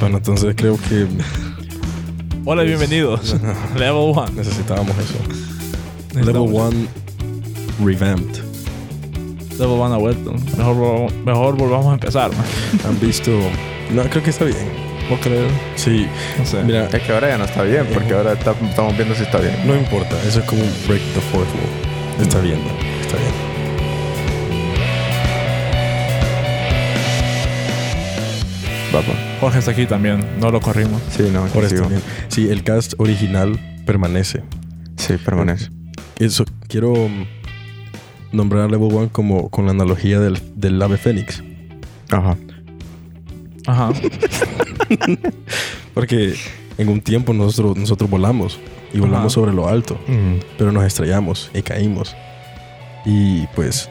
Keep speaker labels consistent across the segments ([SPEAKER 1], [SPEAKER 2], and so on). [SPEAKER 1] Bueno, entonces creo que
[SPEAKER 2] Hola y bienvenidos. Level 1.
[SPEAKER 1] necesitábamos eso. Level 1 Revamped.
[SPEAKER 2] Level 1 ha vuelto. Mejor, volvamos- mejor volvamos a empezar. man.
[SPEAKER 1] ¿Han visto? No, creo que está bien.
[SPEAKER 2] ¿Vos crees?
[SPEAKER 1] Sí,
[SPEAKER 2] No sé.
[SPEAKER 1] mira,
[SPEAKER 3] Es que ahora ya no está bien, porque ahora está- estamos viendo si está bien.
[SPEAKER 1] no importa. Eso es como un break the fourth wall. Está bien, ¿no? está bien.
[SPEAKER 3] Papá.
[SPEAKER 2] Jorge está aquí también. No lo corrimos.
[SPEAKER 3] Sí, no,
[SPEAKER 1] Ahora
[SPEAKER 3] ahora
[SPEAKER 1] está bien. Sí, el cast original permanece.
[SPEAKER 3] Sí, permanece.
[SPEAKER 1] Eso, quiero mm, nombrar a Level 1 como con la analogía del, del ave fénix.
[SPEAKER 3] Ajá.
[SPEAKER 2] Ajá.
[SPEAKER 1] Porque en un tiempo nosotros, nosotros volamos y volamos
[SPEAKER 2] Ajá.
[SPEAKER 1] sobre lo alto,
[SPEAKER 3] Mm.
[SPEAKER 1] pero nos estrellamos y caímos. Y pues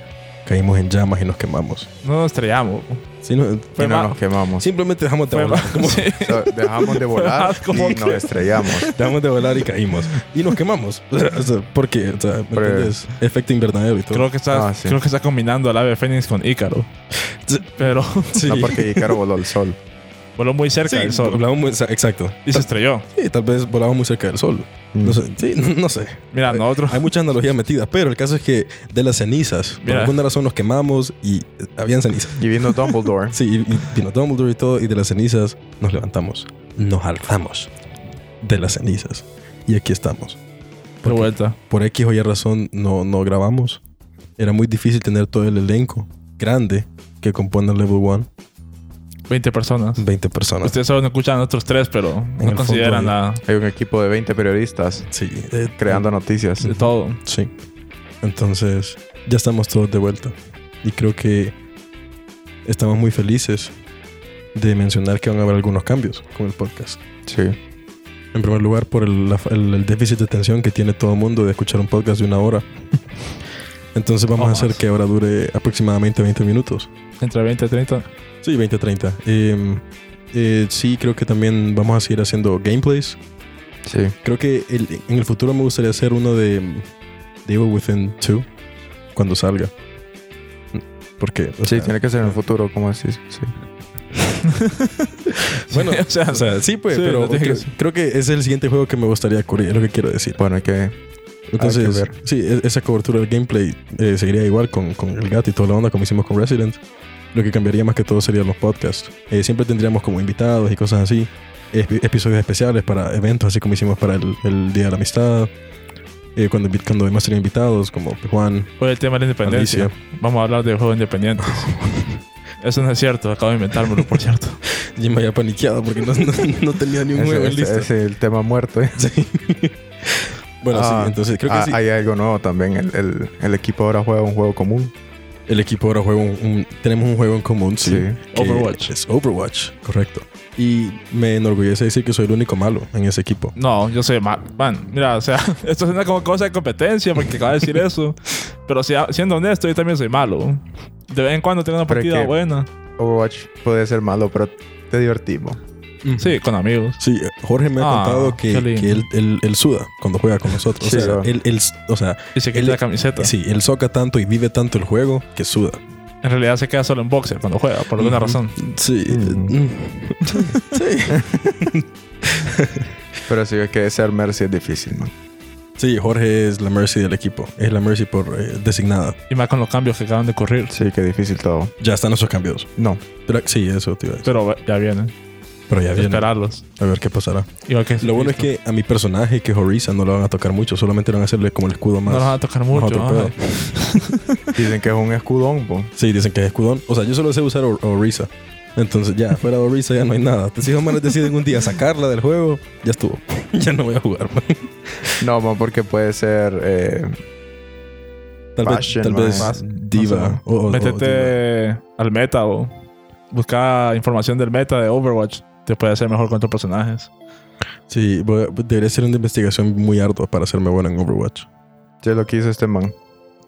[SPEAKER 1] caímos en llamas y nos quemamos.
[SPEAKER 2] No nos estrellamos.
[SPEAKER 1] Sí, no,
[SPEAKER 2] Fue
[SPEAKER 3] y no
[SPEAKER 2] ma-
[SPEAKER 3] nos quemamos.
[SPEAKER 1] simplemente dejamos de
[SPEAKER 2] Fue
[SPEAKER 1] volar.
[SPEAKER 2] ma-
[SPEAKER 1] como-
[SPEAKER 2] Sí.
[SPEAKER 3] O sea, dejamos de volar
[SPEAKER 2] como
[SPEAKER 3] y
[SPEAKER 2] que-
[SPEAKER 3] nos estrellamos.
[SPEAKER 1] Dejamos de volar y caímos. Y nos quemamos. O sea, porque, o sea, ¿me
[SPEAKER 3] Pero-
[SPEAKER 1] entiendes? Efecto invernadero y todo.
[SPEAKER 2] Pues, Creo que está,
[SPEAKER 3] Ah, sí.
[SPEAKER 2] creo que está combinando al ave Fénix con Ícaro.
[SPEAKER 1] Sí.
[SPEAKER 2] Pero
[SPEAKER 1] Sí.
[SPEAKER 3] No porque Icaro voló al sol.
[SPEAKER 2] voló muy cerca
[SPEAKER 1] Sí,
[SPEAKER 2] del sol
[SPEAKER 1] volamos muy- exacto.
[SPEAKER 2] y se estrelló.
[SPEAKER 1] Sí, tal vez volamos muy cerca del sol. No sé. Sí, no sé.
[SPEAKER 2] Mira,
[SPEAKER 1] Eh,
[SPEAKER 2] nosotros.
[SPEAKER 1] Hay muchas analogías metidas, pero el caso es que de las cenizas, por
[SPEAKER 2] Mira.
[SPEAKER 1] alguna razón nos quemamos y eh, habían cenizas.
[SPEAKER 3] Y vino Dumbledore.
[SPEAKER 1] Sí, y, y vino Dumbledore y todo, y de las cenizas nos levantamos. Nos alzamos de las cenizas. Y aquí estamos.
[SPEAKER 2] De vuelta.
[SPEAKER 1] Por X o Y razón no, no grabamos. Era muy difícil tener todo el elenco grande que compone el Level 1.
[SPEAKER 2] 20 personas.
[SPEAKER 1] 20 personas.
[SPEAKER 2] Ustedes solo no escuchan a nosotros tres, pero
[SPEAKER 1] el
[SPEAKER 2] no
[SPEAKER 1] fondo
[SPEAKER 2] consideran
[SPEAKER 1] ahí.
[SPEAKER 2] nada
[SPEAKER 3] Hay un equipo de 20 periodistas
[SPEAKER 1] Sí. eh,
[SPEAKER 3] creando noticias.
[SPEAKER 2] de todo.
[SPEAKER 1] Sí. Entonces, ya estamos todos de vuelta. Y creo que estamos muy felices de mencionar que van a haber algunos cambios con el podcast.
[SPEAKER 3] Sí.
[SPEAKER 1] En primer lugar, por el, la- el- el déficit de atención que tiene todo el mundo de escuchar un podcast de una hora. Entonces vamos
[SPEAKER 2] O
[SPEAKER 1] a hacer
[SPEAKER 2] más.
[SPEAKER 1] que ahora dure aproximadamente 20 minutos.
[SPEAKER 2] Entre 20 y 30.
[SPEAKER 1] Sí, 20, 30. Eh, eh, sí, creo que también vamos a seguir haciendo gameplays.
[SPEAKER 3] Sí.
[SPEAKER 1] Creo que el- en el futuro me gustaría hacer uno de mm, de Evil Within 2 cuando salga. Porque, o
[SPEAKER 3] Sí,
[SPEAKER 1] sea,
[SPEAKER 3] tiene que ser en el futuro, como decís. Sí.
[SPEAKER 1] Bueno,
[SPEAKER 2] o sea,
[SPEAKER 1] o sea, sí, pues,
[SPEAKER 2] Sí,
[SPEAKER 1] pero
[SPEAKER 2] lo tienes que
[SPEAKER 1] creo,
[SPEAKER 2] hacer.
[SPEAKER 1] creo que ese es el siguiente juego que me gustaría cubrir, es lo que quiero decir.
[SPEAKER 3] Bueno, hay que.
[SPEAKER 1] Entonces,
[SPEAKER 3] ver.
[SPEAKER 1] sí, e- esa cobertura del gameplay eh, seguiría igual con, con el gato y toda la onda como hicimos con Resident. Lo que cambiaría más que todo serían los podcasts. Eh, siempre tendríamos como invitados y cosas así. epi- episodios especiales para eventos, así como hicimos para el, el Día de la Amistad. Eh, cuando, invi- cuando hemos tenido invitados como Juan,
[SPEAKER 2] Hoy el tema de la independencia.
[SPEAKER 1] Alicia.
[SPEAKER 2] Vamos a hablar de juegos independientes. Eso no es cierto, acabo de inventármelo, por cierto.
[SPEAKER 1] Yo me había paniqueado porque no, no, no tenía ni un
[SPEAKER 3] Ese,
[SPEAKER 1] juego
[SPEAKER 3] ese-
[SPEAKER 1] listo.
[SPEAKER 3] ese es el tema muerto. ¿eh?
[SPEAKER 1] Sí. Bueno,
[SPEAKER 3] Ah,
[SPEAKER 1] sí, entonces creo que
[SPEAKER 3] Ah,
[SPEAKER 1] sí.
[SPEAKER 3] Hay algo nuevo también. El, el- el equipo ahora juega un juego común.
[SPEAKER 1] El equipo ahora juega un, un- Tenemos un juego en común, sí.
[SPEAKER 3] Sí.
[SPEAKER 1] que
[SPEAKER 2] Overwatch.
[SPEAKER 1] Eh, Es Overwatch, correcto. Y me enorgullece decir que soy el único malo en ese equipo.
[SPEAKER 2] No, yo soy mal. Man, mira, o sea, esto suena como cosa de competencia porque acaba de decir eso. Pero si- siendo honesto, yo también soy malo. De vez en cuando tengo una
[SPEAKER 3] Pero es
[SPEAKER 2] partida
[SPEAKER 3] que-
[SPEAKER 2] buena.
[SPEAKER 3] Overwatch puede ser malo, pero te divertimos.
[SPEAKER 2] Sí, con amigos.
[SPEAKER 1] Sí, eh, Jorge me ha
[SPEAKER 2] Ah,
[SPEAKER 1] contado que,
[SPEAKER 2] qué lindo.
[SPEAKER 1] que él, él- él suda cuando juega con nosotros.
[SPEAKER 3] Sí,
[SPEAKER 1] o, sea,
[SPEAKER 3] va.
[SPEAKER 1] él, él- o sea,
[SPEAKER 2] Y se quita
[SPEAKER 1] Él-
[SPEAKER 2] la camiseta.
[SPEAKER 1] sí, él soca tanto y vive tanto el juego que suda.
[SPEAKER 2] En realidad se queda solo en boxer cuando juega, por alguna
[SPEAKER 1] Ujú.
[SPEAKER 2] razón.
[SPEAKER 1] Sí. eh,
[SPEAKER 3] Mm.
[SPEAKER 1] sí.
[SPEAKER 3] Pero sí, es que ser Mercy es difícil, man.
[SPEAKER 1] Sí, Jorge es la Mercy del equipo. Es la Mercy por eh, designada.
[SPEAKER 2] Y más con los cambios que acaban de ocurrir.
[SPEAKER 3] Sí, que difícil todo.
[SPEAKER 1] Ya están esos cambios.
[SPEAKER 3] No.
[SPEAKER 1] Pero, sí, eso te iba a decir.
[SPEAKER 2] Pero ya vienen.
[SPEAKER 1] Pero ya
[SPEAKER 2] Hay que
[SPEAKER 1] viene.
[SPEAKER 2] Esperarlos.
[SPEAKER 1] A ver qué pasará.
[SPEAKER 2] Igual que
[SPEAKER 1] Lo bueno es que a mi personaje, que es Orisa, no lo van a tocar mucho. Solamente le van a hacerle como el escudo
[SPEAKER 2] No
[SPEAKER 1] más.
[SPEAKER 2] los van a tocar
[SPEAKER 1] más
[SPEAKER 2] mucho.
[SPEAKER 1] otro
[SPEAKER 2] ajá.
[SPEAKER 1] pedo.
[SPEAKER 3] Dicen que es un escudón, po.
[SPEAKER 1] Sí, dicen que es escudón. O sea, yo solo sé usar Or- Orisa. Entonces ya, fuera de Orisa ya no hay nada. Entonces, Si los manes deciden un día sacarla del juego, ya estuvo. ya no voy a jugar, man.
[SPEAKER 3] No, man, porque puede ser. eh,
[SPEAKER 1] Tal
[SPEAKER 3] Bastion, man.
[SPEAKER 1] vez, tal vez
[SPEAKER 3] Bastion.
[SPEAKER 1] Diva.
[SPEAKER 3] No sé.
[SPEAKER 1] o- o- o
[SPEAKER 2] Pues,
[SPEAKER 1] Diva.
[SPEAKER 2] Métete al meta o busca información del meta de Overwatch. Te puede hacer mejor con tus personajes.
[SPEAKER 1] Sí, voy a- debería ser una investigación muy ardua para hacerme bueno en Overwatch.
[SPEAKER 3] yo lo que hizo este man.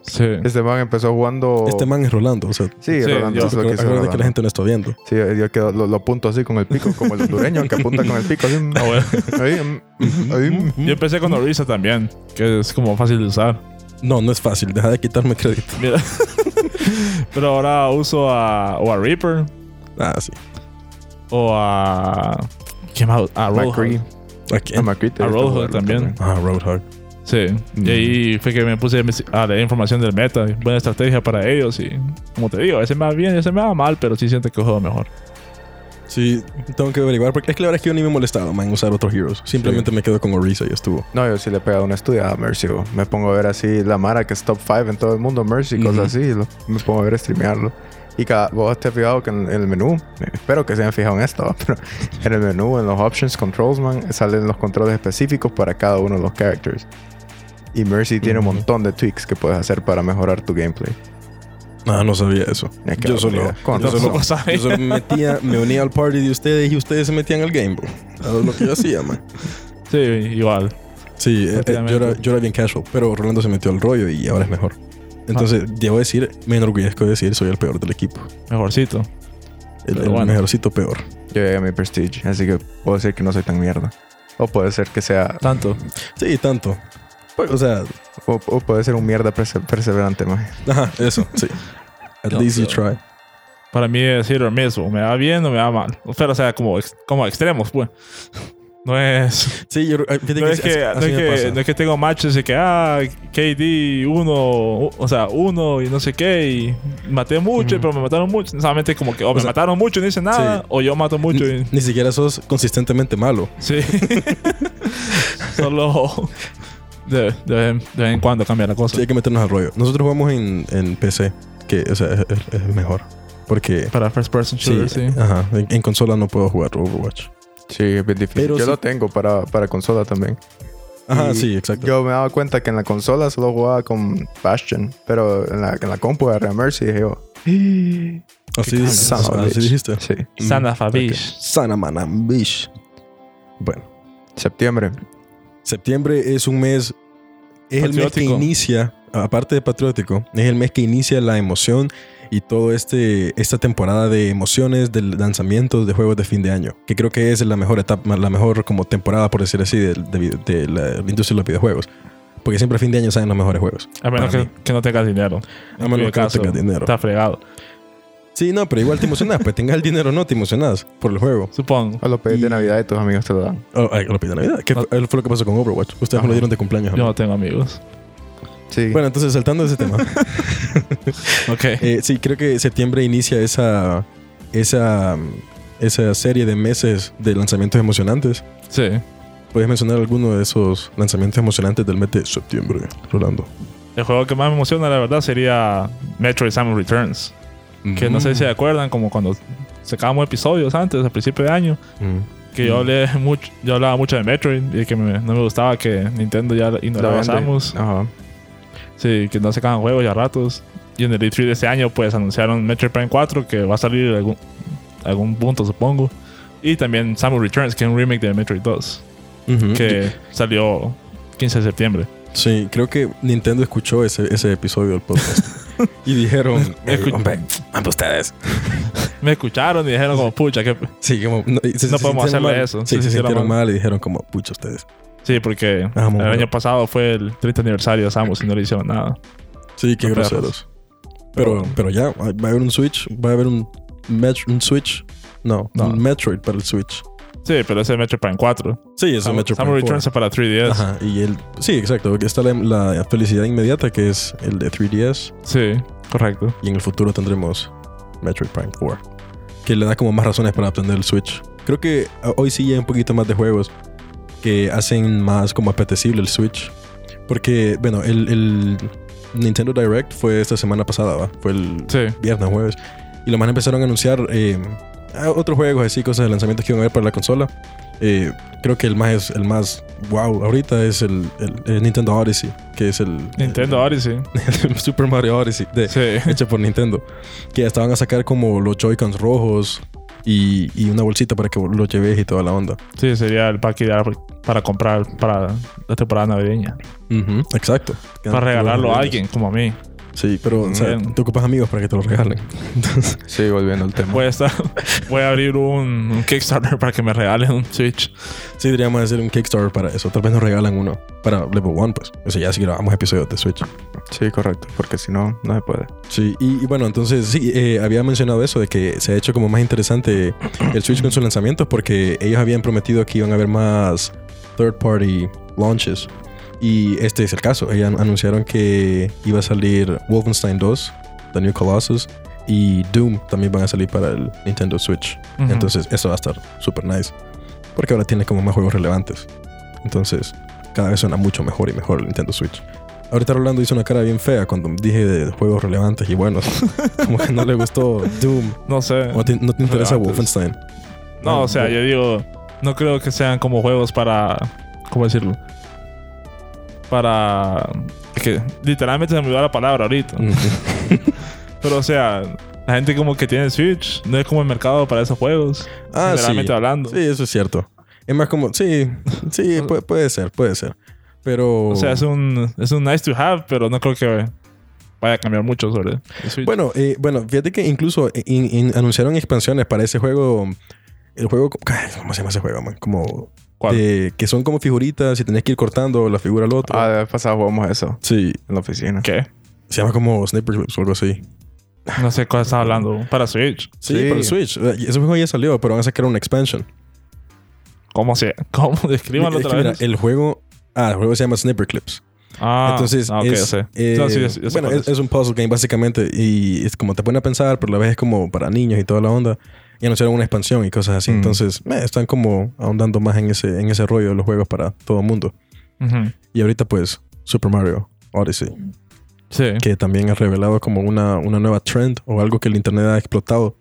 [SPEAKER 2] Sí.
[SPEAKER 3] Este man empezó jugando.
[SPEAKER 1] Este man es Rolando, o sea,
[SPEAKER 3] Sí,
[SPEAKER 2] Sí,
[SPEAKER 3] Rolando,
[SPEAKER 2] yo-
[SPEAKER 3] eso es lo Oh. que hizo
[SPEAKER 1] acuérdate que
[SPEAKER 3] Rolando.
[SPEAKER 1] la gente no está viendo.
[SPEAKER 3] Sí, yo quedo, lo, lo apunto así con el pico, como el hondureño que apunta con el pico. Así,
[SPEAKER 2] Ah, bueno.
[SPEAKER 3] Ahí, mm, ahí, mm.
[SPEAKER 2] Yo empecé con Orisa también, que es como fácil de usar.
[SPEAKER 1] No, no es fácil, deja de quitarme crédito.
[SPEAKER 2] Mira. Pero ahora uso a, o a Reaper
[SPEAKER 1] Ah, sí.
[SPEAKER 2] o o a. ¿Qué más? A
[SPEAKER 3] McCree.
[SPEAKER 2] Roadhog.
[SPEAKER 1] ¿A quién?
[SPEAKER 3] A McCree te
[SPEAKER 2] A
[SPEAKER 3] gusta
[SPEAKER 2] Roadhog
[SPEAKER 3] jugarlo
[SPEAKER 2] también.
[SPEAKER 1] Ah, Roadhog.
[SPEAKER 2] Sí. Y ahí fue que me puse a investi- a leer información del meta. y Buena estrategia para ellos. Y como te digo, a veces me va bien, a veces me va mal, pero sí siento que juego mejor.
[SPEAKER 1] Sí, tengo que averiguar. Porque es que la verdad es que yo ni me he molestado, man, usar otros heroes. Simplemente me quedo con Orisa y estuvo.
[SPEAKER 3] No, yo sí le he pegado una estudiada a Mercy. bo. Me pongo a ver así la Mara que es top 5 en todo el mundo, Mercy, cosas así. lo- me pongo a ver streamearlo. Y cada, vos te has fijado que en, en el menú, eh, espero que se hayan fijado en esto, ¿va? pero en el menú, en los options, controls, man, salen los controles específicos para cada uno de los characters. Y Mercy tiene un
[SPEAKER 1] Ujú.
[SPEAKER 3] montón de tweaks que puedes hacer para mejorar tu gameplay.
[SPEAKER 1] Ah, no sabía eso.
[SPEAKER 3] Me quedo
[SPEAKER 1] Yo solo,
[SPEAKER 3] con
[SPEAKER 1] yo, solo
[SPEAKER 2] razón.
[SPEAKER 1] yo solo me metía, me unía al party de ustedes y ustedes se metían al game, bro. Eso es lo que yo hacía, man.
[SPEAKER 2] Sí, igual.
[SPEAKER 1] Sí, eh, eh, yo, era,
[SPEAKER 2] Prácticamente.
[SPEAKER 1] yo era bien casual, pero Rolando se metió al rollo y ahora es mejor. Entonces,
[SPEAKER 2] Ah.
[SPEAKER 1] debo decir, me enorgullezco de decir, soy el peor del equipo.
[SPEAKER 2] Mejorcito.
[SPEAKER 1] El,
[SPEAKER 2] Pero
[SPEAKER 1] el
[SPEAKER 2] bueno.
[SPEAKER 1] mejorcito peor.
[SPEAKER 3] Yo llegué a mi prestige, así que puedo decir que no soy tan mierda. O puede ser que sea.
[SPEAKER 2] Tanto.
[SPEAKER 1] Sí, tanto. Pues, o sea,
[SPEAKER 3] O, o puede ser un mierda perse- perseverante, man.
[SPEAKER 1] ajá, eso, sí. At
[SPEAKER 2] No,
[SPEAKER 1] least you
[SPEAKER 2] pero-
[SPEAKER 1] try.
[SPEAKER 2] Para mí es decir lo mismo. Me va bien o me va mal. Pero, o sea, como, ex- como extremos, pues. No es.
[SPEAKER 1] Sí, yo ay, fíjate
[SPEAKER 2] No es
[SPEAKER 1] así-
[SPEAKER 2] que, no
[SPEAKER 1] así me
[SPEAKER 2] es que,
[SPEAKER 1] pasa.
[SPEAKER 2] no es que tengo matches de que, ah, KD 1, o sea, 1 y no sé qué, y maté mucho, pero me mataron mucho. Solamente como que, o, me
[SPEAKER 1] sea,
[SPEAKER 2] mataron mucho y no hice nada,
[SPEAKER 1] sí.
[SPEAKER 2] o yo mato mucho y.
[SPEAKER 1] Ni, ni siquiera sos consistentemente malo.
[SPEAKER 2] Sí. Solo. De, de vez- de vez en cuando cambia la cosa.
[SPEAKER 1] Sí, hay que meternos al rollo. Nosotros jugamos en, en PC, que o sea, es, es- es mejor. Porque
[SPEAKER 2] Para first person
[SPEAKER 1] sí,
[SPEAKER 2] shooter, sí.
[SPEAKER 1] Ajá, en, en consola no puedo jugar Overwatch.
[SPEAKER 3] Sí, es bien difícil.
[SPEAKER 1] Pero
[SPEAKER 3] yo
[SPEAKER 1] sí-
[SPEAKER 3] lo tengo para, para consola también.
[SPEAKER 1] Ajá,
[SPEAKER 3] Y
[SPEAKER 1] sí, exacto.
[SPEAKER 3] Yo me daba cuenta que en la consola solo jugaba con Bastion, pero en la, en la compu agarré a Mercy y dije yo,
[SPEAKER 1] así, así,
[SPEAKER 3] "Ah, son a bitch".
[SPEAKER 1] dijiste.
[SPEAKER 3] Sí.
[SPEAKER 2] Sana Fabish.
[SPEAKER 1] Sana Manambish. Bueno,
[SPEAKER 3] Septiembre.
[SPEAKER 1] septiembre es un mes. Es el mes que
[SPEAKER 2] Patriótico.
[SPEAKER 1] inicia, aparte de patriótico, es el mes que inicia la emoción y todo este esta temporada de emociones, de lanzamientos, de juegos de fin de año, que creo que es la mejor etapa, la mejor como temporada, por decir así, de, de vi- de la industria de los videojuegos. Porque siempre a fin de año salen los mejores juegos.
[SPEAKER 2] A menos
[SPEAKER 1] Para
[SPEAKER 2] que, que no tengas dinero.
[SPEAKER 1] A menos
[SPEAKER 2] En cuyo
[SPEAKER 1] que no
[SPEAKER 2] caso,
[SPEAKER 1] tengas dinero.
[SPEAKER 2] Está fregado.
[SPEAKER 1] Sí, no, pero igual te emocionas, pues tengas el dinero o no, te emocionas por el juego.
[SPEAKER 2] Supongo.
[SPEAKER 3] O lo pedís
[SPEAKER 1] Y-
[SPEAKER 3] de Navidad y tus amigos te lo dan.
[SPEAKER 1] Oh, ay, lo pedí de Navidad, que
[SPEAKER 2] No.
[SPEAKER 1] fue fue lo que pasó con Overwatch. Ustedes me
[SPEAKER 3] Ajá.
[SPEAKER 1] lo dieron de cumpleaños. a mí.
[SPEAKER 2] Yo no tengo amigos.
[SPEAKER 3] Sí.
[SPEAKER 1] Bueno, entonces saltando de ese tema.
[SPEAKER 2] Ok.
[SPEAKER 1] Eh, sí, creo que septiembre inicia esa, esa, esa serie de meses de lanzamientos emocionantes.
[SPEAKER 2] sí.
[SPEAKER 1] ¿Puedes mencionar alguno de esos lanzamientos emocionantes del mes de septiembre, Rolando?
[SPEAKER 2] El juego que más me emociona, la verdad, sería Metroid Samus Returns. Que no sé si se acuerdan, como cuando sacábamos episodios antes, al principio de año,
[SPEAKER 1] Mm.
[SPEAKER 2] que yo hablé mucho, yo hablaba mucho de Metroid y que me- no me gustaba que Nintendo ya ignoraba a
[SPEAKER 3] vende.
[SPEAKER 2] Samus.
[SPEAKER 3] Ajá.
[SPEAKER 2] Sí, que no sacaban juegos ya ratos. Y en el E3 de este año, pues anunciaron Metroid Prime 4, que va a salir en algún, algún punto, supongo. Y también Samus Returns, que es un remake de Metroid 2,
[SPEAKER 1] Ujú.
[SPEAKER 2] que salió 15 de septiembre.
[SPEAKER 1] Sí, creo que Nintendo escuchó ese, ese episodio del podcast. y dijeron, "Ey,
[SPEAKER 2] Escu-
[SPEAKER 1] hombre, ante ustedes.
[SPEAKER 2] Me escucharon y dijeron, como, pucha, que.
[SPEAKER 1] Sí, como, no, y se-
[SPEAKER 2] No
[SPEAKER 1] se
[SPEAKER 2] podemos
[SPEAKER 1] sintieron
[SPEAKER 2] hacerle
[SPEAKER 1] mal.
[SPEAKER 2] eso.
[SPEAKER 1] Sí,
[SPEAKER 2] Sí,
[SPEAKER 1] se
[SPEAKER 2] sí,
[SPEAKER 1] sintieron
[SPEAKER 2] era
[SPEAKER 1] mal y dijeron como, pucha ustedes.
[SPEAKER 2] Sí, porque
[SPEAKER 1] Vamos,
[SPEAKER 2] el
[SPEAKER 1] bro.
[SPEAKER 2] año pasado fue el 30 aniversario de Samus y no le hicieron nada.
[SPEAKER 1] Sí, qué
[SPEAKER 2] No pedazos.
[SPEAKER 1] groseros. Pero, pero ya, va a haber un Switch, va a haber un, Met- un Switch. No,
[SPEAKER 2] No.
[SPEAKER 1] un Metroid para el Switch.
[SPEAKER 2] Sí, pero ese es Metroid Prime 4.
[SPEAKER 1] Sí, es un
[SPEAKER 2] Samus,
[SPEAKER 1] Metroid
[SPEAKER 2] Samus
[SPEAKER 1] Prime
[SPEAKER 2] Returns
[SPEAKER 1] 4.
[SPEAKER 2] es para 3DS.
[SPEAKER 1] Ajá, y el... Sí, exacto. porque Está la, la felicidad inmediata que es el de 3DS.
[SPEAKER 2] Sí, correcto.
[SPEAKER 1] Y en el futuro tendremos Metroid Prime 4. Que le da como más razones para obtener el Switch. Creo que ah, hoy sí hay un poquito más de juegos que hacen más como apetecible el Switch. Porque, bueno, el, el Nintendo Direct fue esta semana pasada, ¿va? Fue el
[SPEAKER 2] Sí,
[SPEAKER 1] viernes, jueves. Y los más empezaron a anunciar eh, ah, otros juegos así, cosas de lanzamientos que iban a haber para la consola. Eh, creo que el más, es- el más wow ahorita es el, el- el Nintendo Odyssey, que es el,
[SPEAKER 2] Nintendo Odyssey.
[SPEAKER 1] el, Super Mario Odyssey, de-
[SPEAKER 2] Sí.
[SPEAKER 1] hecho por Nintendo. Que hasta van a sacar como los Joy-Cons rojos y, y una bolsita para que los lleves y toda la onda.
[SPEAKER 2] Sí, sería el pack ideal para comprar para la temporada navideña.
[SPEAKER 1] Exacto.
[SPEAKER 2] Para regalarlo a alguien como a mí.
[SPEAKER 1] Sí, pero o sea,
[SPEAKER 2] Bien.
[SPEAKER 1] te ocupas amigos para que te lo regalen. Entonces,
[SPEAKER 3] Sí, volviendo al tema.
[SPEAKER 2] Voy a, estar- voy a abrir un, un Kickstarter para que me regalen un Switch.
[SPEAKER 1] sí, deberíamos hacer un Kickstarter para eso. Tal vez nos regalan uno para Level 1, pues. O sea, ya si grabamos episodios de Switch.
[SPEAKER 3] Sí, correcto, porque si no, no se puede.
[SPEAKER 1] Sí, y, y bueno, entonces sí, eh, había mencionado eso de que se ha hecho como más interesante el Switch con sus lanzamientos porque ellos habían prometido que iban a haber más third party launches. Y este es el caso. Ellos an- anunciaron que iba a salir Wolfenstein 2, The New Colossus, y Doom también van a salir para el Nintendo Switch.
[SPEAKER 2] Ujú.
[SPEAKER 1] Entonces, eso va a estar súper nice. Porque ahora tiene como más juegos relevantes. Entonces, cada vez suena mucho mejor y mejor el Nintendo Switch. Ahorita Rolando hizo una cara bien fea cuando dije de juegos relevantes y buenos. como que no le gustó Doom.
[SPEAKER 2] No sé.
[SPEAKER 1] O te- no te interesa
[SPEAKER 2] Relevantes.
[SPEAKER 1] Wolfenstein.
[SPEAKER 2] No, o sea,
[SPEAKER 1] no.
[SPEAKER 2] yo digo, no creo que sean como juegos para. ¿Cómo decirlo? Para. Es que literalmente se me olvidó la palabra ahorita.
[SPEAKER 1] Mm.
[SPEAKER 2] Pero, o sea, la gente como que tiene Switch, no es como el mercado para esos juegos.
[SPEAKER 1] ah, sí.
[SPEAKER 2] generalmente hablando.
[SPEAKER 1] Sí, eso es cierto. Es más como, sí, sí, pu- puede, ser, puede ser. Pero...
[SPEAKER 2] O sea, es un, es un nice to have, pero no creo que vaya a cambiar mucho sobre el Switch.
[SPEAKER 1] Bueno, eh, bueno, fíjate que incluso e, in- in- anunciaron expansiones para ese juego. El juego, ay, ¿cómo se llama ese juego, man? Como
[SPEAKER 2] ¿Cuál?
[SPEAKER 1] de- que son como figuritas y tenés que ir cortando la figura al otro.
[SPEAKER 3] Ah, de vez pasada jugamos eso
[SPEAKER 1] sí,
[SPEAKER 3] en la oficina.
[SPEAKER 2] ¿Qué?
[SPEAKER 1] se llama como Sniper Clips o algo así.
[SPEAKER 2] No sé cuál estás hablando. Para Switch.
[SPEAKER 1] Sí,
[SPEAKER 3] Sí.
[SPEAKER 1] para el Switch. Eh, Ese juego ya salió, pero van a sacar una expansion.
[SPEAKER 2] ¿Cómo se.? ¿Cómo? Descríbanlo
[SPEAKER 1] Es que
[SPEAKER 2] otra
[SPEAKER 1] mira,
[SPEAKER 2] vez.
[SPEAKER 1] el juego, ah, el juego se llama Sniper Clips.
[SPEAKER 2] ah,
[SPEAKER 1] Entonces,
[SPEAKER 2] ah, ok,
[SPEAKER 1] es,
[SPEAKER 2] ya sé.
[SPEAKER 1] eh,
[SPEAKER 2] No, sí, ya sé- ya sé
[SPEAKER 1] bueno,
[SPEAKER 2] cuál
[SPEAKER 1] es, es un puzzle game básicamente y es como te ponen a pensar, pero a la vez es como para niños y toda la onda. Y anunciaron una expansión y cosas así.
[SPEAKER 3] Mm.
[SPEAKER 1] Entonces, eh, están como ahondando más en ese, en ese rollo de los juegos para todo el mundo.
[SPEAKER 2] Ujú.
[SPEAKER 1] Y ahorita, pues, Super Mario Odyssey,
[SPEAKER 2] Mm. Sí.
[SPEAKER 1] que también ha revelado como una, una nueva trend o algo que el internet ha explotado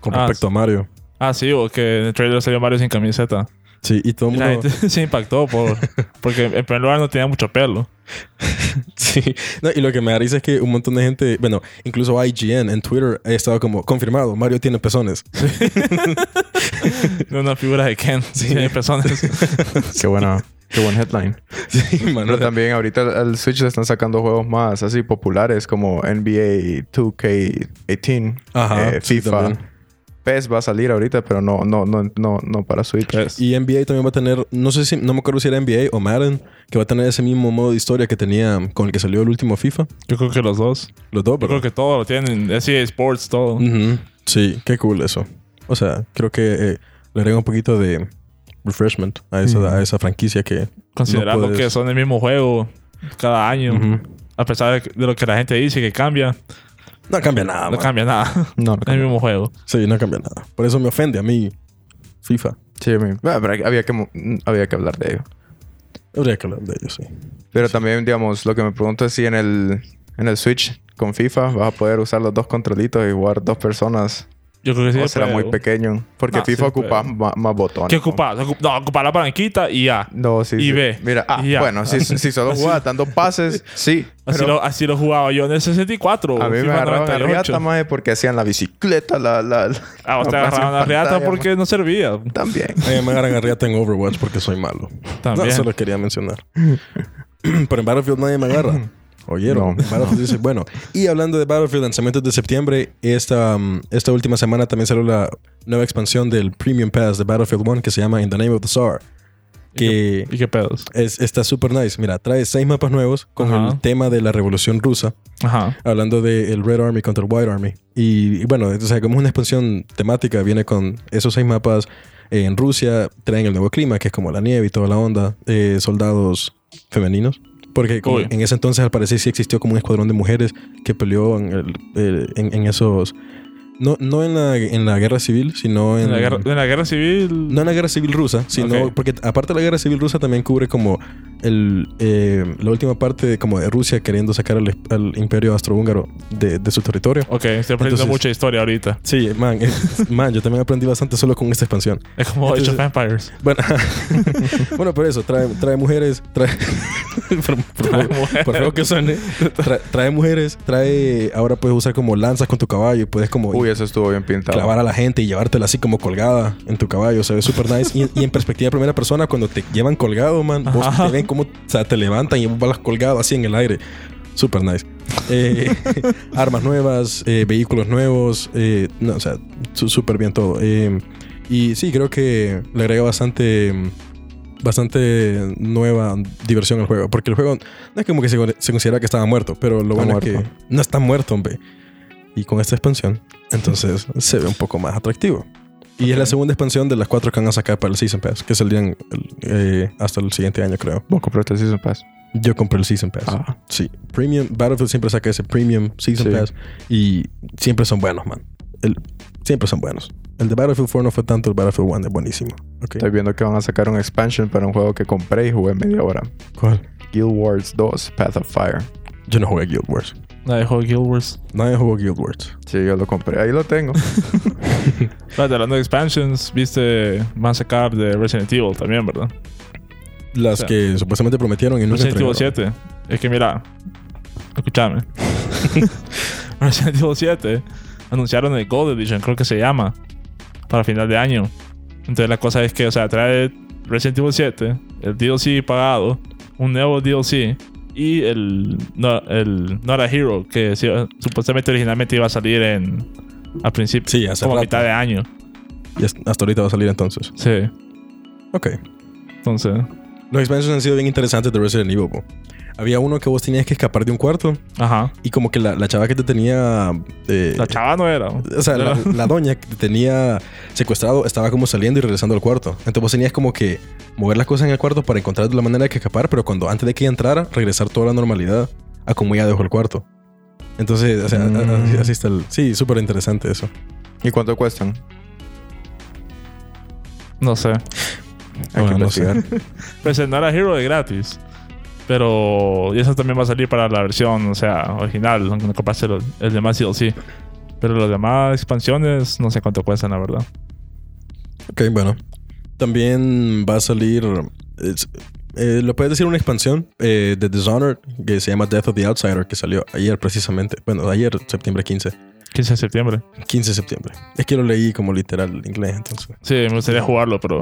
[SPEAKER 1] con
[SPEAKER 2] Ah,
[SPEAKER 1] respecto a Mario.
[SPEAKER 2] Ah, sí, o que en el trailer salió Mario sin camiseta.
[SPEAKER 1] Sí, y todo el
[SPEAKER 2] Y la
[SPEAKER 1] mundo.
[SPEAKER 2] gente se impactó por, porque en primer lugar no tenía mucho pelo.
[SPEAKER 1] Sí. No, y lo que me da risa es que un montón de gente, bueno, incluso IGN en Twitter ha estado como confirmado: Mario tiene pezones.
[SPEAKER 2] Era Una figura de Ken. Sí. Tiene personas.
[SPEAKER 3] Qué buena. Qué buen headline.
[SPEAKER 1] Sí, man,
[SPEAKER 3] Pero también ahorita al- al Switch le están sacando juegos más así populares como NBA 2K18,
[SPEAKER 1] Ajá,
[SPEAKER 3] eh,
[SPEAKER 1] sí,
[SPEAKER 3] FIFA.
[SPEAKER 1] también.
[SPEAKER 3] PES va a salir ahorita, pero no, no, no, no, no para Switch.
[SPEAKER 2] Pues,
[SPEAKER 1] Y NBA también va a tener, no sé si, no me acuerdo si era NBA o Madden, que va a tener ese mismo modo de historia que tenía con el que salió el último FIFA.
[SPEAKER 2] yo creo que los dos.
[SPEAKER 1] Los dos,
[SPEAKER 2] Yo
[SPEAKER 1] pero.
[SPEAKER 2] creo que todo lo tienen. Es EA Sports, todo.
[SPEAKER 1] Ujú. Sí, qué cool eso. O sea, creo que eh, le agrega un poquito de refreshment a esa,
[SPEAKER 3] Ujú.
[SPEAKER 1] a esa franquicia que.
[SPEAKER 2] Considerando
[SPEAKER 1] No puedes.
[SPEAKER 2] que son el mismo juego cada año.
[SPEAKER 1] Ujú.
[SPEAKER 2] A pesar de, de lo que la gente dice que cambia,
[SPEAKER 1] No cambia nada,
[SPEAKER 2] no
[SPEAKER 1] man.
[SPEAKER 2] cambia nada.
[SPEAKER 3] Ah, No,
[SPEAKER 2] es el mismo juego.
[SPEAKER 1] Sí, no cambia nada. Por eso me ofende a mí FIFA.
[SPEAKER 3] Sí, a mí- bueno, pero había que, mo- había que hablar de ello.
[SPEAKER 1] Habría que hablar de ellos, sí.
[SPEAKER 3] Pero también, digamos, lo que me pregunto es si en el, en el Switch con FIFA vas a poder usar los dos controlitos y jugar dos personas.
[SPEAKER 2] Yo creo que sí.
[SPEAKER 3] o Oh, será
[SPEAKER 2] pero-
[SPEAKER 3] muy pequeño. Porque
[SPEAKER 2] No,
[SPEAKER 3] FIFA
[SPEAKER 2] sí,
[SPEAKER 3] ocupa
[SPEAKER 2] pero-
[SPEAKER 3] ma- más botones.
[SPEAKER 2] ¿Qué
[SPEAKER 3] ¿no?
[SPEAKER 2] ocupas? Ocu- No, ocupa la palanquita y ya.
[SPEAKER 3] No, sí.
[SPEAKER 2] Y
[SPEAKER 3] sí.
[SPEAKER 2] ve.
[SPEAKER 3] Mira, ah,
[SPEAKER 2] Y ya.
[SPEAKER 3] bueno, si, si solo jugaba dando pases, sí.
[SPEAKER 2] Así,
[SPEAKER 3] pero
[SPEAKER 2] lo, así lo jugaba yo en el 64.
[SPEAKER 3] a mí me
[SPEAKER 2] FIFA
[SPEAKER 3] agarraban la
[SPEAKER 2] 98.
[SPEAKER 3] riata, mae, porque hacían la bicicleta, la... la, la-
[SPEAKER 2] Ah, vos te
[SPEAKER 3] la
[SPEAKER 2] agarraban la
[SPEAKER 3] pantalla,
[SPEAKER 2] riata
[SPEAKER 3] mae.
[SPEAKER 2] porque no servía.
[SPEAKER 3] También.
[SPEAKER 1] A mí me agarran a riata en Overwatch porque soy malo.
[SPEAKER 2] También.
[SPEAKER 1] No, se lo quería mencionar. Pero en Battlefield nadie me agarra. Oyeron.
[SPEAKER 3] No.
[SPEAKER 1] Battlefield dice, bueno. Y hablando de Battlefield, lanzamientos de septiembre, esta, mm, esta última semana también salió la nueva expansión del Premium Pass de Battlefield 1 que se llama In the Name of the Tsar. Que
[SPEAKER 2] ¿Y qué pedos?
[SPEAKER 1] es, está súper nice. Mira, trae seis mapas nuevos con
[SPEAKER 2] Ajá.
[SPEAKER 1] el tema de la revolución rusa
[SPEAKER 2] Ajá.
[SPEAKER 1] hablando del Red Army contra el White Army. Y, y bueno, o sea, como es una expansión temática, viene con esos seis mapas eh, en Rusia, traen el nuevo clima, que es como la nieve y toda la onda, eh, soldados femeninos. Porque como
[SPEAKER 2] Uy.
[SPEAKER 1] en ese entonces al parecer sí existió como un escuadrón de mujeres que peleó en, el- eh, en, en esos... No, no en, la, en la guerra civil, sino en,
[SPEAKER 2] En la guerra, en la guerra civil.
[SPEAKER 1] No en la guerra civil rusa, sino...
[SPEAKER 2] Ok.
[SPEAKER 1] Porque aparte de la guerra civil rusa también cubre como el, eh, la última parte de, como de Rusia queriendo sacar al, al imperio astrohúngaro de, de su territorio.
[SPEAKER 2] Ok, estoy aprendiendo
[SPEAKER 1] Entonces-
[SPEAKER 2] mucha historia ahorita.
[SPEAKER 1] Sí, man, es- man, yo también aprendí bastante solo con esta expansión.
[SPEAKER 2] Es como
[SPEAKER 1] Entonces-
[SPEAKER 2] Age of Empires.
[SPEAKER 1] Bueno, bueno por eso, trae, trae mujeres, trae... por, por-
[SPEAKER 2] Trae mujeres.
[SPEAKER 1] por feo que suene, trae, trae mujeres, trae... Ahora puedes usar como lanzas con tu caballo y puedes como
[SPEAKER 3] Uy, eso estuvo bien pintado.
[SPEAKER 1] clavar a la gente y llevártela así como colgada en tu caballo. Se ve súper nice. Y, y en perspectiva de primera persona, cuando te llevan colgado, man, vos
[SPEAKER 2] Ajá.
[SPEAKER 1] te ven como o sea, te levantan y vos vas colgado así en el aire. Súper nice. Eh, armas nuevas, eh, vehículos nuevos. eh, no, o sea, su- súper bien todo. Eh, y sí, creo que le agrega bastante mm, bastante nueva diversión al juego. Porque el juego no es como que se, se considera que estaba muerto, pero lo
[SPEAKER 3] Está
[SPEAKER 1] bueno es que
[SPEAKER 3] muerto.
[SPEAKER 1] no está muerto, hombre. Y con esta expansión, entonces se ve un poco más atractivo. Y es la segunda expansión de las cuatro que van a sacar para el Season Pass, que saldrían el- eh, hasta el siguiente año, creo.
[SPEAKER 3] Vos compraste el Season Pass.
[SPEAKER 1] Yo compré el Season Pass.
[SPEAKER 3] Ah.
[SPEAKER 1] Sí. Premium, Battlefield siempre saca ese Premium Season
[SPEAKER 3] Sí.
[SPEAKER 1] Pass. Y siempre son buenos, man. El, siempre son buenos. El de Battlefield 4 no fue tanto, el Battlefield 1 es buenísimo. Ok.
[SPEAKER 3] Estoy viendo que van a sacar un expansion para un juego que compré y jugué media hora.
[SPEAKER 1] ¿Cuál?
[SPEAKER 3] Guild Wars 2, Path of Fire.
[SPEAKER 1] Yo no jugué Guild Wars.
[SPEAKER 2] La dejó Guild Wars.
[SPEAKER 1] Nadie jugó Guild Wars.
[SPEAKER 3] Sí, yo lo compré. Ahí lo tengo.
[SPEAKER 2] Espérate, hablando de expansions, viste, van a sacar de Resident Evil también, ¿verdad?
[SPEAKER 1] Las
[SPEAKER 2] O sea,
[SPEAKER 1] que supuestamente prometieron y nunca
[SPEAKER 2] Resident Evil
[SPEAKER 1] entregaron.
[SPEAKER 2] 7. Es que mira, escúchame. Resident Evil 7 anunciaron el Gold Edition, creo que se llama, para final de año. Entonces la cosa es que, o sea, trae Resident Evil 7, el DLC pagado, un nuevo DLC y el, no, el Not a Hero, que sí, supuestamente originalmente iba a salir en al principio,
[SPEAKER 1] Sí, hace
[SPEAKER 2] como a
[SPEAKER 1] rato.
[SPEAKER 2] mitad de año.
[SPEAKER 1] Y hasta hasta ahorita va a salir entonces.
[SPEAKER 2] Sí,
[SPEAKER 1] Ok.
[SPEAKER 2] entonces,
[SPEAKER 1] Los expansions han sido bien interesantes de Resident Evil. po. Había uno que vos tenías que escapar de un cuarto
[SPEAKER 2] ajá.
[SPEAKER 1] y como que la, la chava que te tenía... eh,
[SPEAKER 2] La chava no era.
[SPEAKER 1] O sea, la, la doña que te tenía secuestrado estaba como saliendo y regresando al cuarto. Entonces vos tenías como que mover las cosas en el cuarto para encontrar la manera de que escapar, pero cuando antes de que ella entrara, regresar toda la normalidad a como ella dejó el cuarto. Entonces, o sea,
[SPEAKER 3] Mm.
[SPEAKER 1] así, así está el... Sí, súper interesante eso.
[SPEAKER 3] ¿Y cuánto cuestan?
[SPEAKER 2] No sé.
[SPEAKER 3] Hay
[SPEAKER 1] Bueno,
[SPEAKER 3] que
[SPEAKER 1] no sé.
[SPEAKER 3] investigar.
[SPEAKER 2] presentar a Hero de gratis. Pero y eso también va a salir para la versión, o sea, original, aunque no compraste el, el demás sí. Pero las demás expansiones no sé cuánto cuestan, la verdad.
[SPEAKER 1] Ok, bueno. También va a salir... es- eh, ¿Lo puedes decir una expansión eh, de Dishonored que se llama Death of the Outsider que salió ayer precisamente? Bueno, ayer, septiembre 15.
[SPEAKER 2] 15 de septiembre.
[SPEAKER 1] 15 de septiembre. Es que lo leí como literal en inglés, entonces...
[SPEAKER 2] Sí, me gustaría jugarlo, pero...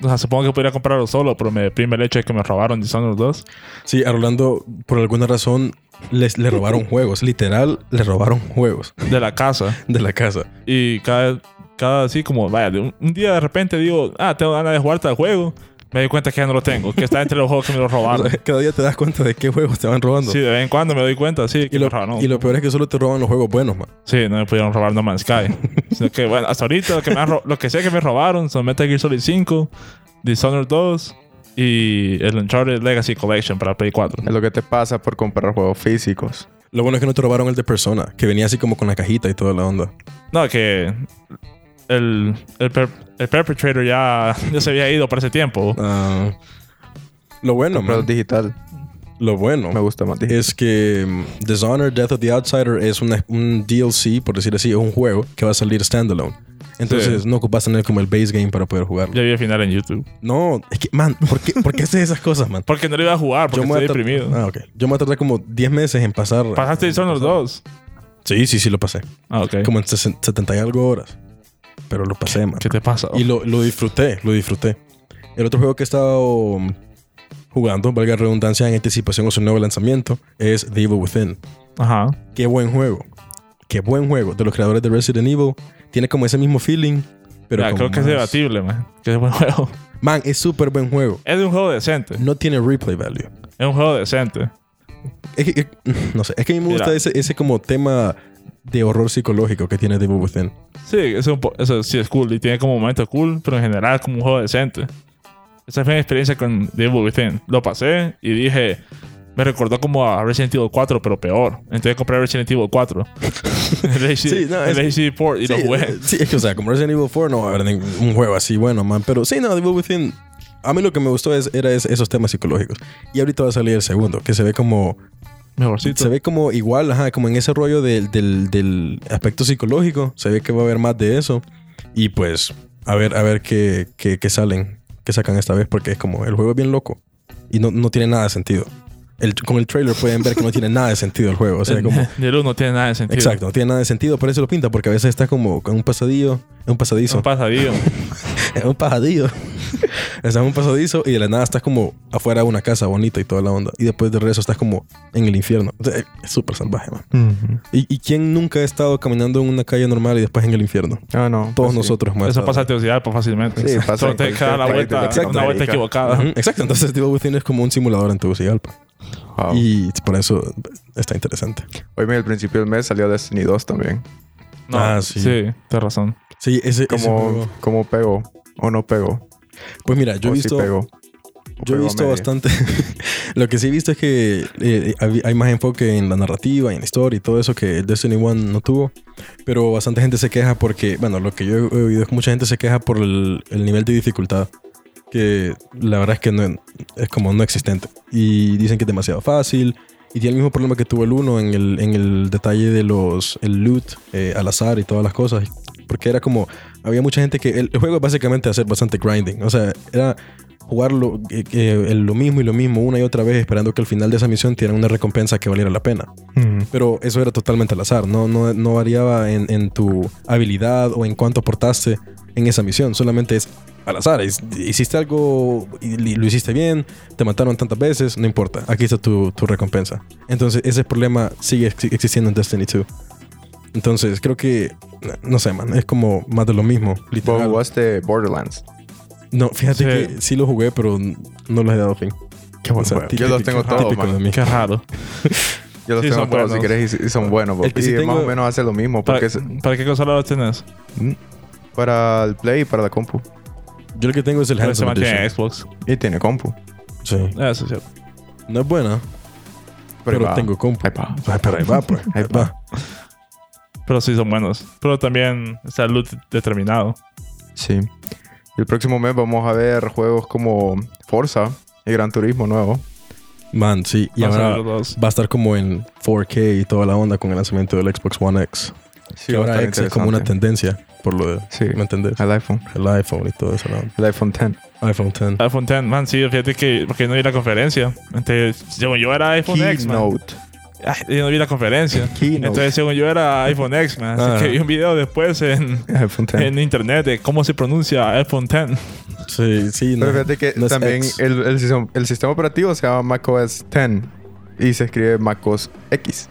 [SPEAKER 2] O sea, supongo que podría comprarlo solo, pero me deprime el hecho de que me robaron Dishonored 2.
[SPEAKER 1] Sí, a Rolando, por alguna razón, les, le robaron juegos. Literal, le robaron juegos
[SPEAKER 2] De la casa.
[SPEAKER 1] de la casa.
[SPEAKER 2] Y cada, cada así como, vaya, de un, un día de repente digo, ah, tengo ganas de jugar tal juego. Me doy cuenta que ya no lo tengo, que está entre los juegos que me lo robaron.
[SPEAKER 1] Cada día te das cuenta de qué juegos te van robando.
[SPEAKER 2] Ah. Sí, de vez en cuando me doy cuenta, sí, que
[SPEAKER 1] y, lo,
[SPEAKER 2] me robaron.
[SPEAKER 1] y lo peor es que solo te roban los juegos buenos, man.
[SPEAKER 2] Sí, no me pudieron robar No Man's Sky. Sino que, bueno, hasta ahorita lo que, me han ro- lo que sé que me robaron son Metal Gear Solid 5, Dishonored 2 y el Uncharted Legacy Collection para Play 4.
[SPEAKER 3] Es lo que te pasa por comprar juegos físicos.
[SPEAKER 1] Lo bueno es que no te robaron el de Persona, que venía así como con la cajita y toda la onda.
[SPEAKER 2] No, que el, el, per- el perpetrator ya, ya se había ido para ese tiempo.
[SPEAKER 1] Ah, lo bueno,
[SPEAKER 3] Comprar
[SPEAKER 1] man,
[SPEAKER 3] digital.
[SPEAKER 1] lo
[SPEAKER 3] Me
[SPEAKER 1] bueno
[SPEAKER 3] gusta más digital.
[SPEAKER 1] es que mm, Dishonored Death of the Outsider es una- un DLC, por decir así, es un juego que va a salir standalone. Entonces no ocupas tener como el base game para poder jugarlo.
[SPEAKER 2] Ya vi el final en YouTube.
[SPEAKER 1] No, es que, man, ¿por qué, ¿por qué haces esas cosas, man?
[SPEAKER 2] Porque no lo iba a jugar, porque
[SPEAKER 1] voy
[SPEAKER 2] estoy
[SPEAKER 1] a tar-
[SPEAKER 2] deprimido.
[SPEAKER 1] Ah, ok. Yo me voy a tardar como 10 meses en pasar.
[SPEAKER 2] ¿Pasaste Dishonored 2?
[SPEAKER 1] Sí, sí, sí, lo pasé.
[SPEAKER 2] Ah, ok.
[SPEAKER 1] Como en sesen- 70 y algo horas. Pero lo pasé, man.
[SPEAKER 2] ¿Qué te pasa?
[SPEAKER 1] Y lo, lo disfruté, lo disfruté. El otro juego que he estado mm, jugando, valga la redundancia, en anticipación a su nuevo lanzamiento, es The Evil Within.
[SPEAKER 2] Ajá.
[SPEAKER 1] Qué buen juego. Qué buen juego. De los creadores de Resident Evil. Tiene como ese mismo feeling. Pero
[SPEAKER 2] Ya,
[SPEAKER 1] como
[SPEAKER 2] creo que es
[SPEAKER 1] más-
[SPEAKER 2] debatible, man. Que es buen juego.
[SPEAKER 1] Man, es súper buen juego.
[SPEAKER 2] Es un juego decente.
[SPEAKER 1] No tiene replay value.
[SPEAKER 2] Es un juego decente.
[SPEAKER 1] Es que, es- no sé, es que a mí me gusta
[SPEAKER 2] Mira.
[SPEAKER 1] ese, ese como tema de horror psicológico que tiene Devil Within.
[SPEAKER 2] Sí, es un po- eso sí es cool y tiene como momentos cool, pero en general es como un juego decente. Esa fue mi experiencia con Devil Within. Lo pasé y dije, me recordó como a Resident Evil 4, pero peor. Entonces compré Resident Evil 4. el HD,
[SPEAKER 1] Sí, no,
[SPEAKER 2] el
[SPEAKER 1] es-
[SPEAKER 2] HD port y lo jugué.
[SPEAKER 1] sí, eh, es que, o sea, como Resident Evil 4 no va a haber ningún- un juego así bueno, man. Pero sí, no, Devil Within. A mí lo que me gustó es, era es- esos temas psicológicos. Y ahorita va a salir el segundo, que se ve como.
[SPEAKER 2] Mejorcito.
[SPEAKER 1] Se ve como igual, ajá, como en ese rollo del, del- del aspecto psicológico. Se ve que va a haber más de eso. Y pues, a ver, a ver qué, qué- qué salen, qué sacan esta vez, porque es como el juego es bien loco. Y no, no tiene nada de sentido. El- con el trailer pueden ver que no tiene nada de sentido el juego. O sea, como.
[SPEAKER 2] Ni el uno tiene nada de sentido.
[SPEAKER 1] Exacto, no tiene nada de sentido, por eso lo pinta, porque a veces está como en un pasadillo, en un
[SPEAKER 2] Es un
[SPEAKER 1] pasadizo.
[SPEAKER 2] pasadillo.
[SPEAKER 1] Es un pasadillo. estás en un pasadizo y de la nada estás como afuera de una casa bonita y toda la onda. Y después de regreso estás como en el infierno. O sea, Es súper salvaje, man.
[SPEAKER 3] Mm-hmm.
[SPEAKER 1] ¿Y, y quién nunca ha estado caminando en una calle normal y después en el infierno?
[SPEAKER 3] Ah, no.
[SPEAKER 1] Todos
[SPEAKER 3] así.
[SPEAKER 1] nosotros, man.
[SPEAKER 2] Eso pasa a teosidad pues, fácilmente.
[SPEAKER 3] Sí, pasa
[SPEAKER 2] Solo
[SPEAKER 3] en
[SPEAKER 2] te
[SPEAKER 3] cualquier
[SPEAKER 2] da la
[SPEAKER 3] país
[SPEAKER 2] vuelta,
[SPEAKER 3] de
[SPEAKER 2] una vuelta
[SPEAKER 3] Latinoamérica.
[SPEAKER 2] equivocada.
[SPEAKER 1] Ajá, Exacto. Entonces, Evil Within es como un simulador en Tegucigalpa.
[SPEAKER 3] Wow.
[SPEAKER 1] Y por eso está interesante.
[SPEAKER 3] Hoy, mira, al principio del mes salió Destiny 2 también.
[SPEAKER 2] No,
[SPEAKER 1] Ah, sí.
[SPEAKER 2] Sí, tienes razón.
[SPEAKER 1] Sí, ese, ese
[SPEAKER 3] ¿Cómo,
[SPEAKER 1] juego-
[SPEAKER 3] cómo pegó? ¿O no pegó?
[SPEAKER 1] Pues mira, yo
[SPEAKER 3] ¿O
[SPEAKER 1] he
[SPEAKER 3] sí
[SPEAKER 1] visto...
[SPEAKER 3] pegó? ¿O
[SPEAKER 1] Yo he
[SPEAKER 3] pegó a
[SPEAKER 1] visto
[SPEAKER 3] media?
[SPEAKER 1] bastante. lo que sí he visto es que eh, hay hay más enfoque en la narrativa y en la historia y todo eso que el Destiny One no tuvo. Pero bastante gente se queja porque, bueno, lo que yo he oído es que mucha gente se queja por el, el nivel de dificultad. Que la verdad es que no, es como no existente. Y dicen que es demasiado fácil. Y tiene el mismo problema que tuvo el 1 en el, en el detalle de los el loot eh, al azar y todas las cosas. Porque era como, había mucha gente que... El, el juego es básicamente hacer bastante grinding. O sea, era jugar lo, eh, eh, el- lo mismo y lo mismo una y otra vez esperando que al final de esa misión tuvieran una recompensa que valiera la pena.
[SPEAKER 3] Mm-hmm.
[SPEAKER 1] Pero eso era totalmente al azar, no, no, no variaba en, en tu habilidad o en cuánto aportaste en esa misión, solamente es al azar. Es- hiciste algo y, y lo hiciste bien, te mataron tantas veces, no importa, aquí está tu, tu recompensa. Entonces ese problema sigue ex- existiendo en Destiny 2. Entonces creo que, no sé, man, es como más de lo mismo,
[SPEAKER 3] ¿Vos
[SPEAKER 1] literal.
[SPEAKER 3] jugaste Borderlands?
[SPEAKER 1] No, fíjate
[SPEAKER 2] Sí.
[SPEAKER 1] que sí lo jugué, pero no los he dado fin.
[SPEAKER 3] Qué
[SPEAKER 1] O sea,
[SPEAKER 3] Yo los tengo
[SPEAKER 1] típico-
[SPEAKER 3] todos,
[SPEAKER 1] típico de
[SPEAKER 3] man.
[SPEAKER 1] mí.
[SPEAKER 2] Qué raro.
[SPEAKER 3] Yo los
[SPEAKER 2] Sí,
[SPEAKER 3] tengo
[SPEAKER 2] son
[SPEAKER 3] todos si
[SPEAKER 2] buenos.
[SPEAKER 3] querés y, y son buenos.
[SPEAKER 1] El que
[SPEAKER 3] y
[SPEAKER 1] sí
[SPEAKER 3] más
[SPEAKER 1] tengo-
[SPEAKER 3] o menos hace lo mismo.
[SPEAKER 2] ¿Para,
[SPEAKER 3] Porque es
[SPEAKER 2] para qué consola los tienes?
[SPEAKER 3] para el Play y para la compu.
[SPEAKER 1] Yo lo que tengo es el
[SPEAKER 2] Pero se
[SPEAKER 1] Handsome
[SPEAKER 2] mantiene en
[SPEAKER 1] Edition.
[SPEAKER 2] Xbox.
[SPEAKER 3] Y tiene compu.
[SPEAKER 1] Sí.
[SPEAKER 2] Eso es cierto.
[SPEAKER 1] No es buena, pero,
[SPEAKER 3] ahí va.
[SPEAKER 1] tengo compu.
[SPEAKER 3] Ahí va.
[SPEAKER 1] Ah, Pero ahí va, pues.
[SPEAKER 3] Ahí
[SPEAKER 1] Ahí va.
[SPEAKER 2] Pero sí son buenos. Pero también está el loot determinado.
[SPEAKER 3] Sí. Y el próximo mes vamos a ver juegos como Forza y Gran Turismo nuevo.
[SPEAKER 1] Man, sí. Y
[SPEAKER 2] Van a
[SPEAKER 1] ahora
[SPEAKER 2] salir los dos.
[SPEAKER 1] va a estar como en 4K y toda la onda con el lanzamiento del Xbox One X. Que
[SPEAKER 3] Sí, va a
[SPEAKER 1] ahora
[SPEAKER 3] estar
[SPEAKER 1] X es como una
[SPEAKER 3] interesante.
[SPEAKER 1] tendencia, por lo de...
[SPEAKER 3] Sí.
[SPEAKER 1] ¿Me entendés?
[SPEAKER 3] El iPhone.
[SPEAKER 1] El iPhone y todo eso. la onda.
[SPEAKER 3] El iPhone 10.
[SPEAKER 1] iPhone 10.
[SPEAKER 2] iPhone 10, Ah, man, sí, fíjate que porque no vi la conferencia. Entonces, según yo era iPhone X, man.
[SPEAKER 3] Keynote.
[SPEAKER 2] Ay, yo no vi la conferencia.
[SPEAKER 3] Keynote.
[SPEAKER 2] Entonces, según yo era iPhone X, man. Así
[SPEAKER 1] Ah.
[SPEAKER 2] que vi un video después en,
[SPEAKER 3] iPhone 10.
[SPEAKER 2] en internet de cómo se pronuncia iPhone 10.
[SPEAKER 1] Sí, sí.
[SPEAKER 3] Pero fíjate que
[SPEAKER 1] no es
[SPEAKER 3] también
[SPEAKER 1] X.
[SPEAKER 3] el, el, sistema, el sistema operativo se llama macOS 10 y se escribe macOS X.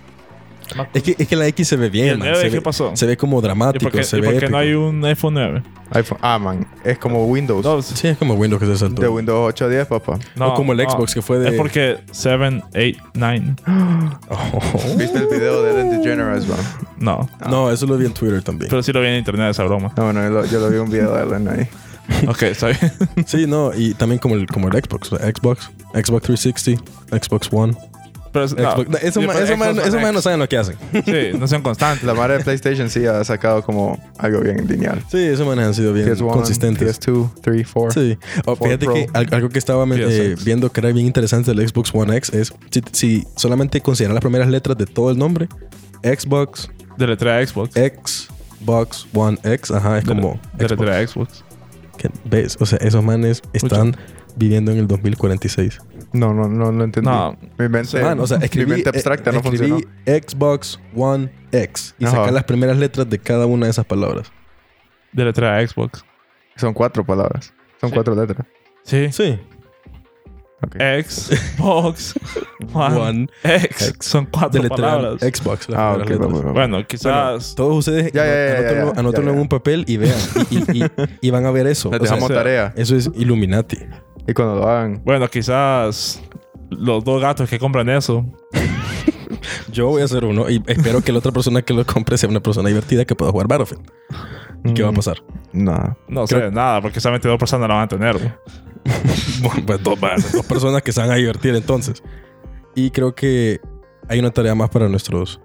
[SPEAKER 1] Es que, es que la X se ve
[SPEAKER 2] ¿Y
[SPEAKER 1] bien,
[SPEAKER 2] el
[SPEAKER 1] man.
[SPEAKER 2] 9
[SPEAKER 1] Se
[SPEAKER 2] qué
[SPEAKER 1] ve,
[SPEAKER 2] pasó?
[SPEAKER 1] se ve como
[SPEAKER 2] ¿Y
[SPEAKER 1] dramático,
[SPEAKER 2] por qué,
[SPEAKER 1] se
[SPEAKER 2] y
[SPEAKER 1] ve
[SPEAKER 2] por qué
[SPEAKER 1] épico.
[SPEAKER 2] no hay un iPhone 9?
[SPEAKER 3] iPhone. Ah, man. Es como Windows.
[SPEAKER 2] No,
[SPEAKER 1] Sí, es como Windows que se saltó.
[SPEAKER 3] de Windows 8 a 10, papá.
[SPEAKER 2] no,
[SPEAKER 1] o Pues, como el
[SPEAKER 2] no.
[SPEAKER 1] Xbox que fue de...
[SPEAKER 2] Es porque 7, 8, 9.
[SPEAKER 1] Oh.
[SPEAKER 3] ¿Viste el video de Ellen DeGeneres, man?
[SPEAKER 2] No.
[SPEAKER 1] No, eso lo vi en Twitter también.
[SPEAKER 2] Pero sí lo vi en internet esa broma.
[SPEAKER 3] No, no, yo lo, yo lo vi un video de Ellen ahí.
[SPEAKER 2] ok, está bien.
[SPEAKER 1] Sí, no, y también como el, como el Xbox, o sea, Xbox, Xbox 360, Xbox One.
[SPEAKER 2] Pero, es- no.
[SPEAKER 1] Xbox- no, eso
[SPEAKER 2] Sí,
[SPEAKER 1] ma-
[SPEAKER 2] pero
[SPEAKER 1] eso ma-
[SPEAKER 2] Xbox
[SPEAKER 1] eso
[SPEAKER 2] One
[SPEAKER 1] ma-
[SPEAKER 2] X.
[SPEAKER 1] no saben lo que hacen.
[SPEAKER 2] Sí, no sean constantes.
[SPEAKER 3] La madre de PlayStation sí ha sacado como algo bien lineal.
[SPEAKER 1] Sí, esos manes han sido bien
[SPEAKER 3] PS1,
[SPEAKER 1] consistentes.
[SPEAKER 3] PS2, 3, 4.
[SPEAKER 1] Sí. Oh,
[SPEAKER 3] Four
[SPEAKER 1] fíjate
[SPEAKER 3] Pro.
[SPEAKER 1] que al- algo que estaba me- eh,
[SPEAKER 2] PS6.
[SPEAKER 1] viendo que era bien interesante del Xbox One X es si, si solamente consideran las primeras letras de todo el nombre, Xbox,
[SPEAKER 2] De letra a Xbox.
[SPEAKER 1] Xbox One X, ajá, es
[SPEAKER 2] De-
[SPEAKER 1] como
[SPEAKER 2] De
[SPEAKER 1] Xbox.
[SPEAKER 2] letra a Xbox.
[SPEAKER 1] ¿Qué- ¿Ves? O sea, esos manes están viviendo en el 2046.
[SPEAKER 3] No, no, no, no entendí.
[SPEAKER 2] No.
[SPEAKER 3] Mi mente,
[SPEAKER 1] Man, o sea, escribí,
[SPEAKER 3] Este, mi mente abstracta
[SPEAKER 1] eh,
[SPEAKER 3] no
[SPEAKER 1] escribí
[SPEAKER 3] funcionó.
[SPEAKER 1] Xbox One X y
[SPEAKER 3] Ajá.
[SPEAKER 1] sacar las primeras letras de cada una de esas palabras.
[SPEAKER 2] De letra a Xbox.
[SPEAKER 3] Son cuatro palabras. Son
[SPEAKER 2] Sí.
[SPEAKER 3] cuatro letras.
[SPEAKER 2] Sí.
[SPEAKER 1] Sí.
[SPEAKER 3] Ok.
[SPEAKER 2] Xbox One,
[SPEAKER 1] One
[SPEAKER 2] X.
[SPEAKER 1] X.
[SPEAKER 2] Son cuatro palabras.
[SPEAKER 1] Deletrean Xbox. las
[SPEAKER 3] Ah,
[SPEAKER 1] primeras
[SPEAKER 3] ok,
[SPEAKER 1] letras.
[SPEAKER 3] va, va, va.
[SPEAKER 2] Bueno, quizás.
[SPEAKER 1] Todos ustedes
[SPEAKER 3] Ya, ya, ya,
[SPEAKER 1] anótenlo,
[SPEAKER 3] ya, ya,
[SPEAKER 1] anótenlo
[SPEAKER 3] ya, ya.
[SPEAKER 1] en un papel y vean. Y, y- y- y van a ver eso.
[SPEAKER 3] Les
[SPEAKER 1] O sea,
[SPEAKER 3] dejamos
[SPEAKER 2] sea-
[SPEAKER 3] tarea.
[SPEAKER 1] eso es Illuminati.
[SPEAKER 3] Y cuando lo hagan,
[SPEAKER 2] Bueno, quizás. Los dos gatos que compran eso.
[SPEAKER 1] Yo voy a hacer uno y espero que la otra persona que lo compre sea una persona divertida que pueda jugar Battlefield. ¿Y qué va a
[SPEAKER 3] Mm.
[SPEAKER 1] pasar?
[SPEAKER 3] nada.
[SPEAKER 2] No sé, nada, porque solamente dos personas lo van a tener. güey.
[SPEAKER 1] Bueno, pues dos, va- dos personas que se van a divertir entonces. Y creo que hay una tarea más para nuestros.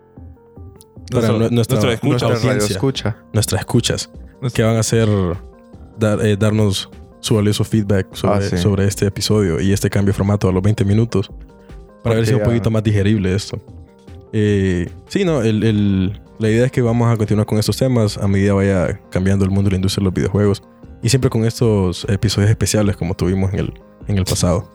[SPEAKER 1] Para
[SPEAKER 2] Nuestro-
[SPEAKER 1] nu- nuestra,
[SPEAKER 2] nuestro
[SPEAKER 1] nuestra
[SPEAKER 2] escucha,
[SPEAKER 3] Nuestra radio
[SPEAKER 1] audiencia,
[SPEAKER 3] escucha.
[SPEAKER 1] nuestras escuchas,
[SPEAKER 2] Nuestra-
[SPEAKER 1] que van a hacer dar- eh, darnos su valioso feedback sobre,
[SPEAKER 3] Ah, sí.
[SPEAKER 1] sobre este episodio y este cambio de formato a los 20 minutos para ver si es
[SPEAKER 3] Porque ah,
[SPEAKER 1] un
[SPEAKER 3] ya-
[SPEAKER 1] poquito más digerible esto. Eh, sí, no, el- el- la idea es que vamos a continuar con estos temas a medida vaya cambiando el mundo de la industria de los videojuegos y siempre con estos episodios especiales como tuvimos en el, en el pasado.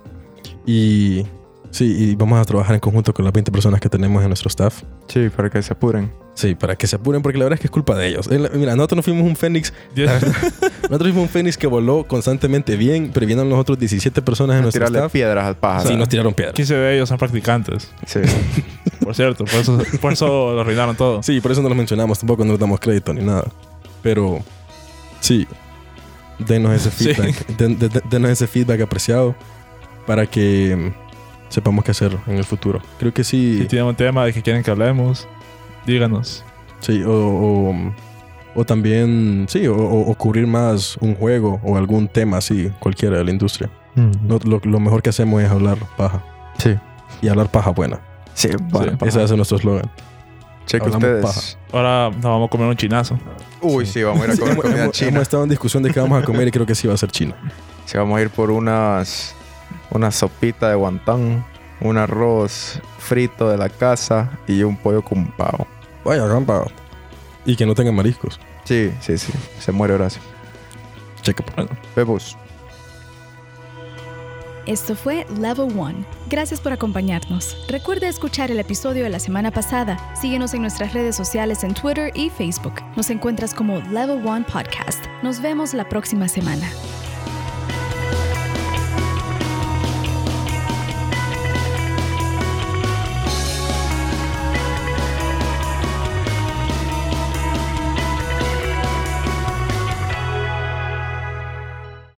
[SPEAKER 1] Y sí, y vamos a trabajar en conjunto con las 20 personas que tenemos en nuestro staff
[SPEAKER 3] Sí, para que se apuren.
[SPEAKER 1] Sí, para que se apuren, porque la verdad es que es culpa de ellos. El- mira, nosotros nos fuimos un Fénix.
[SPEAKER 2] Diez-
[SPEAKER 1] Nosotros fuimos un Fénix que voló constantemente bien, pero vinieron los otros 17 personas en nuestro
[SPEAKER 3] Tirarle
[SPEAKER 1] staff.
[SPEAKER 3] piedras al pájaro.
[SPEAKER 1] Sí, nos tiraron piedras.
[SPEAKER 2] 15 de ellos son practicantes,
[SPEAKER 3] Sí.
[SPEAKER 2] por cierto. Por eso, por eso lo arruinaron todo.
[SPEAKER 1] Sí, por eso no los mencionamos, tampoco nos damos crédito ni nada. Pero sí, denos ese
[SPEAKER 2] Sí.
[SPEAKER 1] feedback. Den- de- de- denos ese feedback apreciado para que mm, sepamos qué hacer en el futuro. Creo que
[SPEAKER 2] Si
[SPEAKER 1] sí,
[SPEAKER 2] tienen un tema de que quieren que hablemos, díganos.
[SPEAKER 1] sí, o, o, mm, o también, sí, o, o- o cubrir más un juego o algún tema así, cualquiera de la industria. No- lo, lo mejor que hacemos es hablar paja.
[SPEAKER 3] Sí.
[SPEAKER 1] Y hablar paja buena.
[SPEAKER 3] Sí, bueno.
[SPEAKER 2] Sí,
[SPEAKER 3] paja.
[SPEAKER 1] Ese va a ser nuestro eslogan.
[SPEAKER 3] Cheque
[SPEAKER 1] hablamos
[SPEAKER 3] ustedes.
[SPEAKER 1] paja.
[SPEAKER 2] Ahora nos vamos a comer un chinazo.
[SPEAKER 3] Uy, sí. vamos a ir a comer
[SPEAKER 1] Hemos,
[SPEAKER 3] comida
[SPEAKER 1] hemos- hemos
[SPEAKER 3] china.
[SPEAKER 1] estado en discusión de qué vamos a comer y creo que sí va a ser chino.
[SPEAKER 3] Sí, vamos a ir por unas... Una sopita de guantán, un arroz frito de la casa y un pollo con pavo.
[SPEAKER 1] Vaya, rampa. Y que no tengan mariscos.
[SPEAKER 3] Sí, sí, sí. Se muere Horacio.
[SPEAKER 1] Checa.
[SPEAKER 3] Bebus.
[SPEAKER 4] Esto fue Level One. Gracias por acompañarnos. Recuerda escuchar el episodio de la semana pasada. Síguenos en nuestras redes sociales en Twitter y Facebook. Nos encuentras como Level One Podcast. Nos vemos la próxima semana.